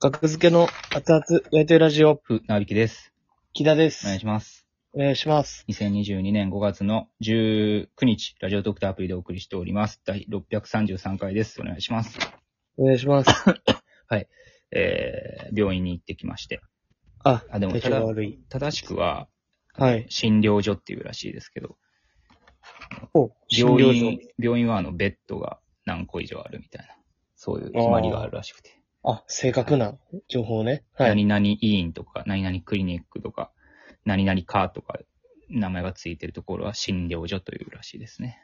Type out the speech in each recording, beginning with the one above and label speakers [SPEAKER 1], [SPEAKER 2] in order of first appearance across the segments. [SPEAKER 1] 学付けの熱々焼いてるラジオ、
[SPEAKER 2] ふ、なびきです。
[SPEAKER 1] 木田です。
[SPEAKER 2] お願いします。
[SPEAKER 1] お願いします。
[SPEAKER 2] 2022年5月の19日、ラジオドクターアプリでお送りしております。第633回です。お願いします。
[SPEAKER 1] お願いします。
[SPEAKER 2] えー、病院に行ってきまして。
[SPEAKER 1] あ、
[SPEAKER 2] あ、でも、
[SPEAKER 1] 体
[SPEAKER 2] た
[SPEAKER 1] 調
[SPEAKER 2] だ
[SPEAKER 1] が悪い。
[SPEAKER 2] 正しくは、
[SPEAKER 1] はい。
[SPEAKER 2] 診療所っていうらしいですけど、
[SPEAKER 1] お、診
[SPEAKER 2] 病
[SPEAKER 1] 療所
[SPEAKER 2] 院。、病院はあの、ベッドが何個以上あるみたいな、そういう決まりがあるらしくて。
[SPEAKER 1] あ、正確な情報ね。はい。
[SPEAKER 2] 何々医院とか、何々クリニックとか、何々科とか、名前がついてるところは診療所というらしいですね。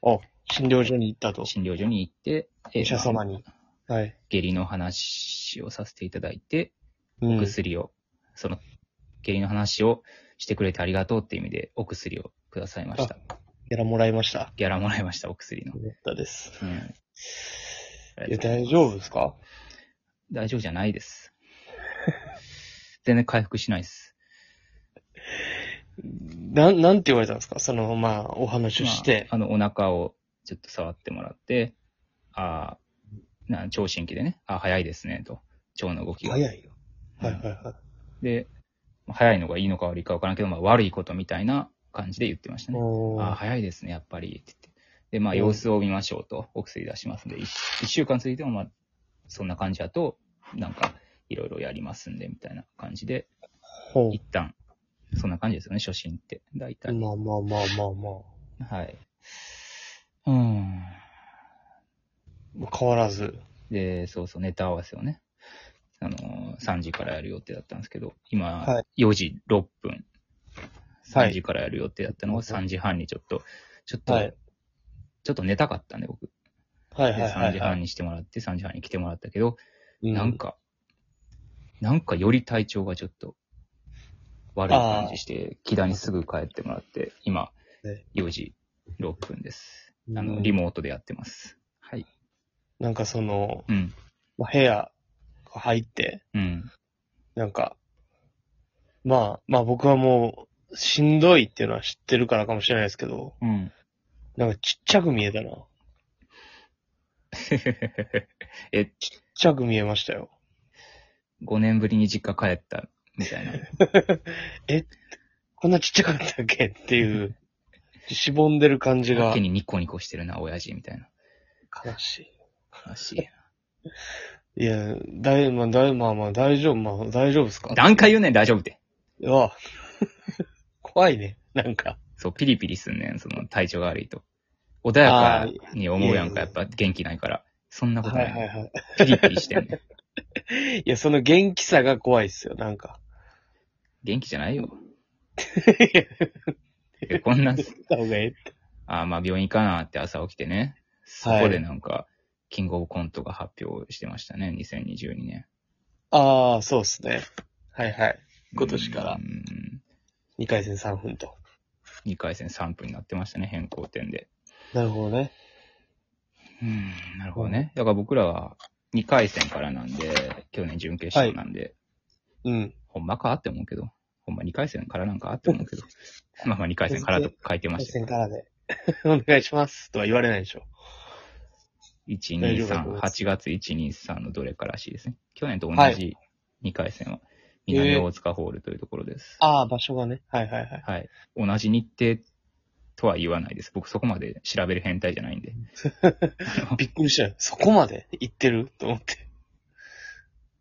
[SPEAKER 1] お、診療所に行ったと。
[SPEAKER 2] 診療所に行って、えー
[SPEAKER 1] お医者様に。はい。
[SPEAKER 2] 下痢の話をさせていただいて、
[SPEAKER 1] うん。
[SPEAKER 2] 薬を、その、下痢の話をしてくれてありがとうっていう意味で、お薬をくださいました。
[SPEAKER 1] やらもらいました。
[SPEAKER 2] ギャラもらいました、お薬の。
[SPEAKER 1] よかったです。
[SPEAKER 2] うん、
[SPEAKER 1] いや、大丈夫ですか
[SPEAKER 2] 大丈夫じゃないです。 全然回復しないです。
[SPEAKER 1] なん、なんて言われたんですかその、まあ、お話をして。
[SPEAKER 2] まあ、あの、お腹をちょっと触ってもらって、ああ、な聴診器でね、あ早いですね、と。腸の動きが。
[SPEAKER 1] 早いよ。
[SPEAKER 2] うん
[SPEAKER 1] はいはいは
[SPEAKER 2] で、まあ早いのがいいのか悪いかわからんけど、まあ悪いことみたいな感じで言ってました
[SPEAKER 1] い。
[SPEAKER 2] ね。
[SPEAKER 1] お
[SPEAKER 2] あー
[SPEAKER 1] ー
[SPEAKER 2] 早いですね、やっぱり。って言って。で、まあ、
[SPEAKER 1] うん
[SPEAKER 2] 様子を見ましょうと、お薬出しますんで、一一週間ついても、まあ、そんな感じだと、なんか、いろいろやりますんで、みたいな感じで、
[SPEAKER 1] ほ
[SPEAKER 2] 一旦、そんな感じですよね、初心って、大
[SPEAKER 1] う。
[SPEAKER 2] 体。
[SPEAKER 1] まあまあまあまあま
[SPEAKER 2] はい。うーん。
[SPEAKER 1] あ。変わらず。
[SPEAKER 2] で、そうそう、ネタ合わせをね、あのー、3時からやる予定だったんですけど、今、
[SPEAKER 1] は
[SPEAKER 2] 4時6分、
[SPEAKER 1] はい
[SPEAKER 2] 3時からやる予定だったのが3時半にちょっと、ちょっと、
[SPEAKER 1] はい
[SPEAKER 2] ちょっと寝たかったんで、僕。
[SPEAKER 1] はいはい
[SPEAKER 2] で、
[SPEAKER 1] は
[SPEAKER 2] 3
[SPEAKER 1] い
[SPEAKER 2] 時
[SPEAKER 1] は
[SPEAKER 2] 半
[SPEAKER 1] い。
[SPEAKER 2] にしてもらって、3時半に来てもらったけど、
[SPEAKER 1] う
[SPEAKER 2] なんか、なんかより体調がちょっと悪い感じして、木田にすぐ帰ってもらって、今
[SPEAKER 1] ね、
[SPEAKER 2] 4時6分です。あ
[SPEAKER 1] う
[SPEAKER 2] の、
[SPEAKER 1] ん
[SPEAKER 2] リモートでやってます。はい。
[SPEAKER 1] なんかその、
[SPEAKER 2] うん。
[SPEAKER 1] まあ、部屋入って、
[SPEAKER 2] うん。
[SPEAKER 1] なんか、まあ、まあ僕はもう、しんどいっていうのは知ってるからかもしれないですけど、
[SPEAKER 2] うん。
[SPEAKER 1] なんかちっちゃく見えたな。ちっ
[SPEAKER 2] え、
[SPEAKER 1] ちゃく見えましたよ。
[SPEAKER 2] 5年ぶりに実家帰った、みた いな。
[SPEAKER 1] こんなちっちゃかったっけっていう、しぼんでる感じ
[SPEAKER 2] や
[SPEAKER 1] が
[SPEAKER 2] けにニコニコしてるな、親父、みたいな。
[SPEAKER 1] 悲し
[SPEAKER 2] 悲し い。
[SPEAKER 1] い。いや、だい、まあ、だい、まあまあ、大丈夫、まあ、大丈夫ですか
[SPEAKER 2] 何回言うねん、大丈夫って。
[SPEAKER 1] いや、 怖いね、なんか。
[SPEAKER 2] そう、ピリピリすんねん、その体調が悪いと。穏やかに思うやんか、やっぱ元気ないから。そんなこと
[SPEAKER 1] は
[SPEAKER 2] ないい。
[SPEAKER 1] はいは
[SPEAKER 2] ピリピリしてんね
[SPEAKER 1] い。
[SPEAKER 2] ん。
[SPEAKER 1] いや、その元気さが怖いっすよ、なんか。
[SPEAKER 2] 元気じゃな いよ。えこんな、
[SPEAKER 1] た方がいい。
[SPEAKER 2] あまあ病院行かなって朝起きてね。そこでなんか、キングオブコントが発表してましたね、2022年。
[SPEAKER 1] ああ、そうっすね。はいはい。今年から
[SPEAKER 2] うん。
[SPEAKER 1] 2回戦3分と。
[SPEAKER 2] 2回戦3分になってましたね、変更点で。
[SPEAKER 1] なるほどね。
[SPEAKER 2] うん、なるほどね。だから僕らは2回戦からなんで、去年準決勝なんで、
[SPEAKER 1] うん。
[SPEAKER 2] ほんまかって思うけど。ほんま2回戦からなんかって思う けど。まあまあ2回戦からと書いてま
[SPEAKER 1] 対
[SPEAKER 2] したけ
[SPEAKER 1] 戦
[SPEAKER 2] ど
[SPEAKER 1] からで。 お願いします。とは言われないでしょ。大丈夫だと思
[SPEAKER 2] 123、
[SPEAKER 1] います
[SPEAKER 2] 8月123のどれからしいですね。去年と同
[SPEAKER 1] は
[SPEAKER 2] じ2回戦は、
[SPEAKER 1] えー
[SPEAKER 2] 南大塚ホールというところです。
[SPEAKER 1] ああ、場所がね。はいはいはい。
[SPEAKER 2] はい。同じ日程とは言わないです。僕そこまで調べる変態じゃないんで。
[SPEAKER 1] びっくりしたよ。そこまで行ってると思って。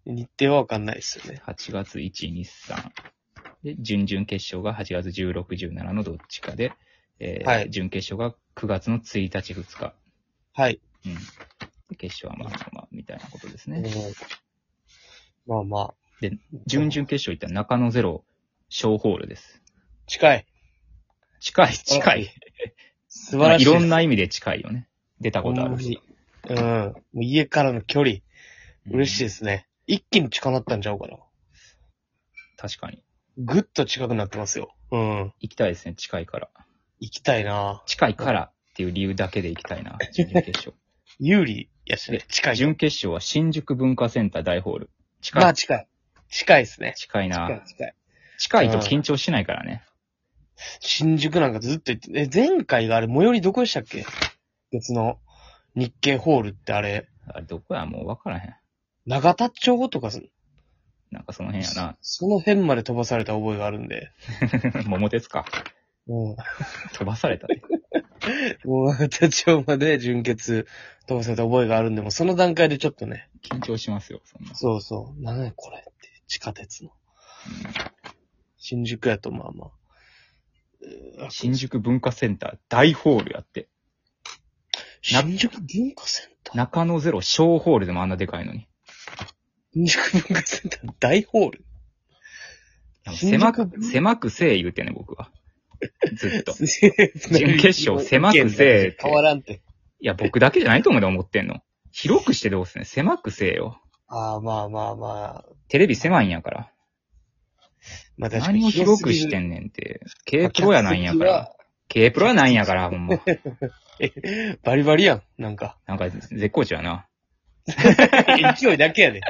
[SPEAKER 1] 日程はわかんないですよね。
[SPEAKER 2] 8月123。で、準々決勝が8月16、17のどっちかで、えー
[SPEAKER 1] はい
[SPEAKER 2] 準決勝が9月の1日、2日。
[SPEAKER 1] はい。
[SPEAKER 2] うん。で決勝はまあまあまあ、みたいなことです
[SPEAKER 1] うん
[SPEAKER 2] ね。
[SPEAKER 1] まあまあ。
[SPEAKER 2] で、準々決勝行った中野ゼロ、小ホールです。
[SPEAKER 1] 近い。
[SPEAKER 2] 近い、近い。
[SPEAKER 1] 素晴らしい。
[SPEAKER 2] まあいろんな意味で近いよね。出たことあるし。
[SPEAKER 1] うん。もう家からの距離、嬉しい
[SPEAKER 2] い。
[SPEAKER 1] ですね。一気に近なったんちゃうかな。
[SPEAKER 2] 確かに。
[SPEAKER 1] ぐっと近くなってますよ。うん。
[SPEAKER 2] 行きたいですね、近いから。
[SPEAKER 1] 行きたいな
[SPEAKER 2] 近いからっていう理由だけで行きたい な、準々決勝。
[SPEAKER 1] 有利やしね。近い。
[SPEAKER 2] 準決勝は新宿文化センター大ホール。近い。
[SPEAKER 1] まあ近い。近いですね。
[SPEAKER 2] 近い
[SPEAKER 1] 近。
[SPEAKER 2] ない
[SPEAKER 1] 近い。
[SPEAKER 2] 近いと緊張しないからね。
[SPEAKER 1] 新宿なんかずっと行って、え、前回があれ、最寄りどこでしたっけ別の日経ホールってあれ、
[SPEAKER 2] あれ、どこやもう分からへん。
[SPEAKER 1] 長田町とかそ、
[SPEAKER 2] なんかその辺や
[SPEAKER 1] その辺まで飛ばされた覚えがあるんで。
[SPEAKER 2] な。 桃鉄か。
[SPEAKER 1] も
[SPEAKER 2] 飛ばされたね。
[SPEAKER 1] う、もう長田町まで純血飛ばされた覚えがあるんで、もうその段階でちょっとね、
[SPEAKER 2] 緊張しますよ、そんな。
[SPEAKER 1] そうそう、なんやこれって、地下鉄の。新宿やとまあまあ。うー
[SPEAKER 2] 新宿文化センター大ホールやって。な
[SPEAKER 1] 新宿文化センター
[SPEAKER 2] 中野ゼロ小ホールでもあんなでかいのに。
[SPEAKER 1] 新宿文化センター大ホー ル新
[SPEAKER 2] 狭
[SPEAKER 1] 宿
[SPEAKER 2] く、狭くせえ言うてね、僕は。ずっと。い
[SPEAKER 1] 準
[SPEAKER 2] 準決勝狭くせえって
[SPEAKER 1] 変わらんて。
[SPEAKER 2] や、僕だけじゃないと思うで思ってんの。広くしてどうすね。狭くせえよ。
[SPEAKER 1] ああ、まあまあまあ。
[SPEAKER 2] テレビ狭いんやから。
[SPEAKER 1] まあ確かに
[SPEAKER 2] 何を広くして
[SPEAKER 1] ん
[SPEAKER 2] んねんって。K プロやなんやから。。K プロやなんやから、ほんま。
[SPEAKER 1] バリバリやん、なんか。
[SPEAKER 2] なんか、絶好調やな。
[SPEAKER 1] 勢いだけやで。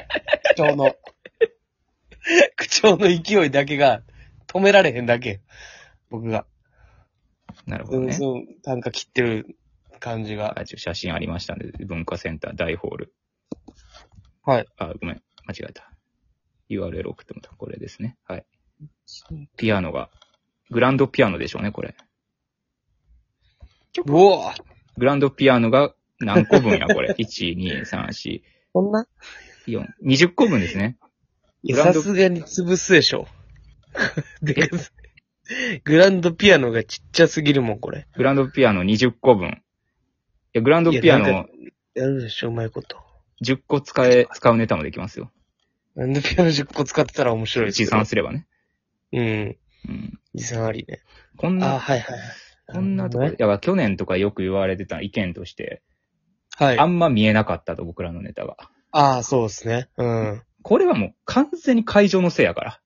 [SPEAKER 1] 口調の。 口調の勢いだけが止められへんだけ。僕が。
[SPEAKER 2] なるほ
[SPEAKER 1] そ
[SPEAKER 2] ど
[SPEAKER 1] の
[SPEAKER 2] ね。
[SPEAKER 1] その短歌切ってる感じが。
[SPEAKER 2] あ、ちょ、写真ありましたんで、文化センター大ホール。
[SPEAKER 1] はい。
[SPEAKER 2] あ、ごめん。間違えた。URL 送ってもらった。これですね。はい。ピアノが、グランドピアノでしょうね、これ。
[SPEAKER 1] うわぁ
[SPEAKER 2] グランドピアノが何個分や、これ。1、2、3、4、
[SPEAKER 1] そんな
[SPEAKER 2] 4。20個分ですね。
[SPEAKER 1] いや
[SPEAKER 2] グ
[SPEAKER 1] さ
[SPEAKER 2] ランド
[SPEAKER 1] すがに潰すでし ょ。でかすグランドピアノがちっちゃすぎるもん、これ。
[SPEAKER 2] グランドピアノ20個分。いや、グランドピア
[SPEAKER 1] いやな
[SPEAKER 2] ノ
[SPEAKER 1] やるでしょ、うまいこと。
[SPEAKER 2] 10個使え、使うネタもできますよ。
[SPEAKER 1] グランドピアノ10個使ってたら面白いです
[SPEAKER 2] 持
[SPEAKER 1] けど。
[SPEAKER 2] 参すればね。
[SPEAKER 1] うん。
[SPEAKER 2] うん。
[SPEAKER 1] 持参ありね。
[SPEAKER 2] こん
[SPEAKER 1] あ、
[SPEAKER 2] な、
[SPEAKER 1] はいはい。
[SPEAKER 2] こんなとこ、い
[SPEAKER 1] ね。
[SPEAKER 2] や、去年とかよく言われてた意見として、
[SPEAKER 1] はい。
[SPEAKER 2] あ
[SPEAKER 1] あ
[SPEAKER 2] んま見えなかったと、僕らのネタが。
[SPEAKER 1] あー、そうですね。うん。
[SPEAKER 2] これはもう完全に会場のせいやから。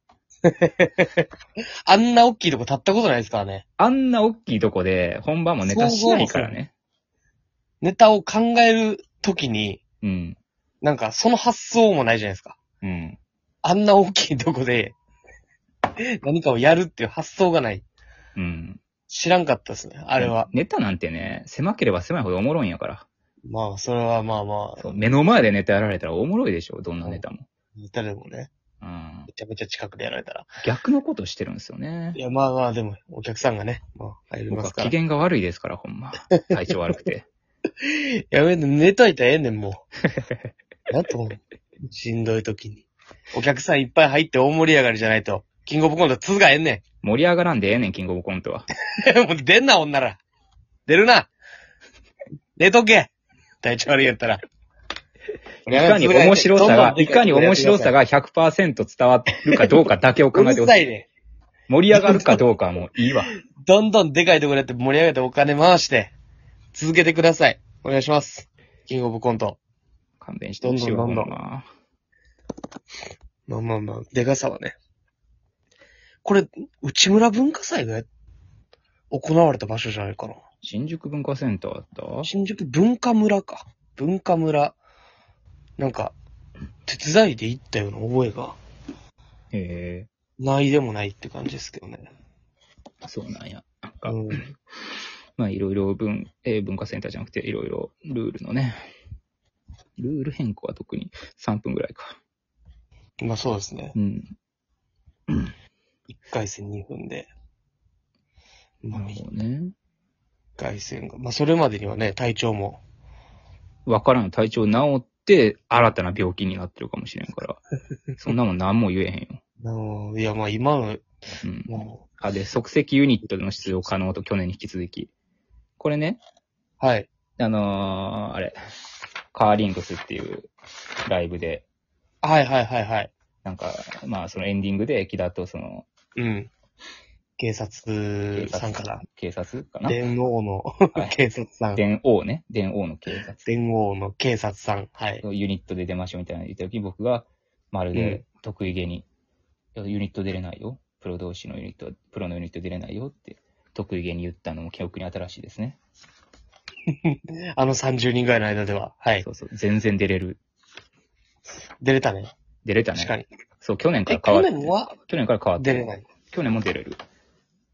[SPEAKER 1] あんな大きいとこ立ったことないですからね。
[SPEAKER 2] あんな大きいとこで本番もネタしないからね。
[SPEAKER 1] ネタを考えるときに、
[SPEAKER 2] うん。
[SPEAKER 1] なんかその発想もないじゃないですか。
[SPEAKER 2] うん。
[SPEAKER 1] あんな大きいとこで、何かをやるっていう発想がない。
[SPEAKER 2] うん。
[SPEAKER 1] 知らんかったですね、あれは。
[SPEAKER 2] ネタなんてね、狭ければ狭いほどおもろいんやから。
[SPEAKER 1] まあ、それはまあまあ、
[SPEAKER 2] そう目の前でネタやられたらおもろいでしょ、どんなネタも。
[SPEAKER 1] 誰もね、
[SPEAKER 2] うん。
[SPEAKER 1] めちゃめちゃ近くでやられたら。
[SPEAKER 2] 逆のことしてるんですよね
[SPEAKER 1] い。や、まあまあ、でも、お客さんがね、まあ、入り
[SPEAKER 2] 僕
[SPEAKER 1] ま
[SPEAKER 2] は
[SPEAKER 1] すか
[SPEAKER 2] 機
[SPEAKER 1] ら。
[SPEAKER 2] 嫌が悪いですから、ほんま。体調悪くて。
[SPEAKER 1] やめて、寝といたらええねん、もう。 なんと、しんどい時に。お客さんいっぱい入って大盛り上がりじゃないと、キングオブコント続かへんね
[SPEAKER 2] 盛り上がらんでええねん、キングオブコントは。
[SPEAKER 1] ん。 もう出んな、女ら。出るな。寝とけ。体調悪いやったら。
[SPEAKER 2] いかに面白さが、いかに面白さ
[SPEAKER 1] が
[SPEAKER 2] が100%伝わるかどうかだけを考
[SPEAKER 1] う
[SPEAKER 2] えて
[SPEAKER 1] る
[SPEAKER 2] ほし
[SPEAKER 1] さ
[SPEAKER 2] い。
[SPEAKER 1] いね。
[SPEAKER 2] 盛り上がるかどうかはもういいわ。
[SPEAKER 1] どんどんでかいところやって盛り上げてお金回して、続けてください。お願いします。キングオブコント。
[SPEAKER 2] 勘弁してほしいわ、
[SPEAKER 1] どんどんどんどん
[SPEAKER 2] ほま
[SPEAKER 1] まあまあまあ、でかさはね。これ、内村文化祭が行われた場所じゃないかな。
[SPEAKER 2] 新宿文化センターだった
[SPEAKER 1] 新宿文化村か。文化村。なんか、手伝いで行ったような覚えが
[SPEAKER 2] へ
[SPEAKER 1] ないでもないって感じですけどね。
[SPEAKER 2] え、そうなんや。なんか、
[SPEAKER 1] うん、
[SPEAKER 2] まあいろいろ文、えー文化センターじゃなくていろいろルールのね、ルール変更は特に3分ぐらいか。
[SPEAKER 1] まあそうですね。
[SPEAKER 2] うん。
[SPEAKER 1] 1回戦2分で。ま
[SPEAKER 2] な
[SPEAKER 1] あ
[SPEAKER 2] る
[SPEAKER 1] 1
[SPEAKER 2] ほどね。
[SPEAKER 1] 回戦が。まあそれまでにはね、体調も。
[SPEAKER 2] わからん体調治って新たな病気になってるかもしれんから。そんなもん何も言えへんよ。
[SPEAKER 1] あのいやまあ今の、
[SPEAKER 2] うん。
[SPEAKER 1] も
[SPEAKER 2] あ、で、即席ユニットの出場可能と去年に引き続き。これね、
[SPEAKER 1] う、はい。
[SPEAKER 2] あのー、あれ、カーリングスっていうライブで、
[SPEAKER 1] はいはいはいはい。
[SPEAKER 2] なんか、まあそのエンディングで木田とその、
[SPEAKER 1] うん。警察
[SPEAKER 2] 警察
[SPEAKER 1] さんから。
[SPEAKER 2] 警察かな
[SPEAKER 1] 電王の
[SPEAKER 2] はい
[SPEAKER 1] 警察さん。
[SPEAKER 2] 電王ね。電王の警察
[SPEAKER 1] 電王の警察さん。はい。
[SPEAKER 2] ユニットで出ましょうみたいなの言った時、僕がまるで得意げに、いやユニット出れないよ。プロ同士のユニット、プロのユニット出れないよって、得意げに言ったのも記憶に新しいですね。
[SPEAKER 1] あの30人ぐらいの間では。はい。
[SPEAKER 2] そうそう。全然出れる。
[SPEAKER 1] 出れたね。
[SPEAKER 2] 出れたね。
[SPEAKER 1] 確かに。
[SPEAKER 2] そう、去年か
[SPEAKER 1] え、
[SPEAKER 2] ら変わ
[SPEAKER 1] 去
[SPEAKER 2] って。
[SPEAKER 1] 年は
[SPEAKER 2] 去年から変わって。
[SPEAKER 1] 出れない。
[SPEAKER 2] 去年も出れる。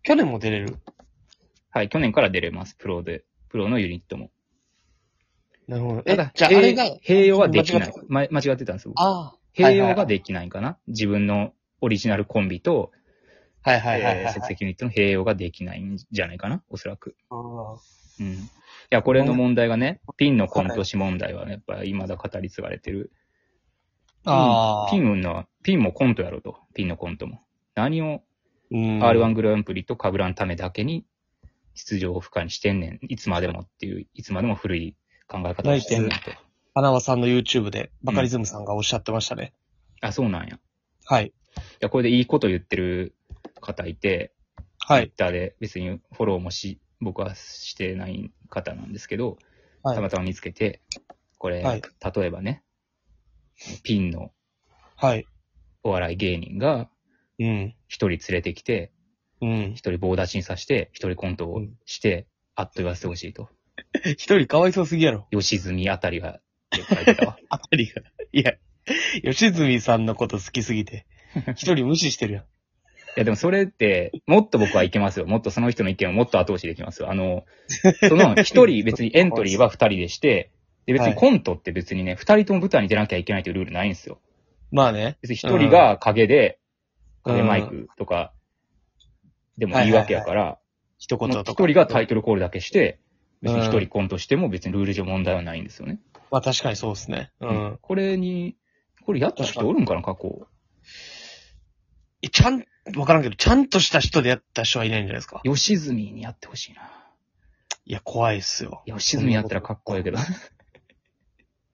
[SPEAKER 1] 去年も出れる。
[SPEAKER 2] はい、去年から出れます。プロで。プロのユニットも。
[SPEAKER 1] なるほど。
[SPEAKER 2] た
[SPEAKER 1] え
[SPEAKER 2] だ、、
[SPEAKER 1] じゃあ、あ
[SPEAKER 2] 併
[SPEAKER 1] れが、
[SPEAKER 2] 併用はできな
[SPEAKER 1] 間違
[SPEAKER 2] い
[SPEAKER 1] って。
[SPEAKER 2] ま間違ってたんですよ。僕
[SPEAKER 1] ああ。
[SPEAKER 2] 併
[SPEAKER 1] はいはいは
[SPEAKER 2] 用
[SPEAKER 1] い
[SPEAKER 2] ができないかな自分のオリジナルコンビと、
[SPEAKER 1] はいはいはい
[SPEAKER 2] え
[SPEAKER 1] は
[SPEAKER 2] ー
[SPEAKER 1] い
[SPEAKER 2] 即
[SPEAKER 1] はい。
[SPEAKER 2] 席ユニットの併用ができないんじゃないかなおそらく。
[SPEAKER 1] あー
[SPEAKER 2] うん。いや、これの問題がね、ピンのコント師問題はね、やっぱ未だ語り継がれてる。
[SPEAKER 1] あー。
[SPEAKER 2] ピンの、ピンもコントやろと。ピンのコントも。何を
[SPEAKER 1] うん。
[SPEAKER 2] R1 グランプリと被らんためだけに出場を不可にしてんねん。いつまでもっていう、いつまでも古い考え方をしてんねんと。
[SPEAKER 1] 花輪さんの YouTube で、バカリズムさんがおっしゃってましたね。
[SPEAKER 2] あ、そうなんや。い
[SPEAKER 1] はい。
[SPEAKER 2] や、これでいいこと言ってる方いて、
[SPEAKER 1] は
[SPEAKER 2] Twitter
[SPEAKER 1] い。
[SPEAKER 2] で別にフォローもし、僕はしてない方なんですけど、
[SPEAKER 1] はい
[SPEAKER 2] たまたま見つけて、これ、
[SPEAKER 1] はい
[SPEAKER 2] 例えばね、ピンの
[SPEAKER 1] はい。
[SPEAKER 2] お笑い芸人が
[SPEAKER 1] うん。
[SPEAKER 2] 一人連れてきて、
[SPEAKER 1] うん。
[SPEAKER 2] 一人棒立ちにさして、一人コントをして、あっと言わせてほしいと。
[SPEAKER 1] 一人かわいそうすぎやろ。
[SPEAKER 2] 吉住あたりが、って書い てたわ。
[SPEAKER 1] あたりが。いや、吉住さんのこと好きすぎ て、一人無視してるやん。
[SPEAKER 2] いや、でもそれって、もっと僕はいけますよ。もっとその人の意見をもっと後押しできますよ。あの、その一人別にエントリーは二人でして、で別
[SPEAKER 1] は
[SPEAKER 2] に
[SPEAKER 1] い
[SPEAKER 2] コントって別にね、二人とも舞台に出なきゃいけないというルールないんですよ。
[SPEAKER 1] まあね。
[SPEAKER 2] 別に一人が影で、影マイクとか、でもいいわけやから、
[SPEAKER 1] 一
[SPEAKER 2] も
[SPEAKER 1] 言
[SPEAKER 2] う一、
[SPEAKER 1] とか。
[SPEAKER 2] 人がタイトルコールだけして、別に一
[SPEAKER 1] うん
[SPEAKER 2] 人コントしても別にルール上問題はないんですよね。
[SPEAKER 1] まあ確かにそうですね。うん。
[SPEAKER 2] これに、これやった人おるんかな、過去。
[SPEAKER 1] ちゃん、わからんけど、ちゃんとした人でやった人はいないんじゃないですか。
[SPEAKER 2] 吉住にやってほしいな。
[SPEAKER 1] いや、怖いっすよ。
[SPEAKER 2] いや吉住やったらかっこいいけ ど。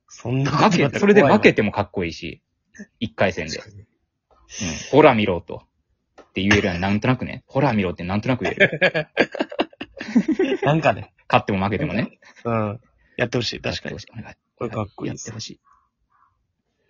[SPEAKER 1] そんなこと言
[SPEAKER 2] 負け
[SPEAKER 1] った、ら
[SPEAKER 2] それで
[SPEAKER 1] 怖いな
[SPEAKER 2] 負けてもかっこいいし、一回戦で。うん
[SPEAKER 1] 確。
[SPEAKER 2] ほら見ろと。って言えるやん、なんとなくね。ほら見ろってなんとなく言える。
[SPEAKER 1] なんかね。
[SPEAKER 2] 勝っても負けてもね。
[SPEAKER 1] うん。やってほしい。確かに。
[SPEAKER 2] やってほしい。お願い。
[SPEAKER 1] これかっこいい
[SPEAKER 2] や
[SPEAKER 1] で
[SPEAKER 2] って
[SPEAKER 1] す。
[SPEAKER 2] ほしい。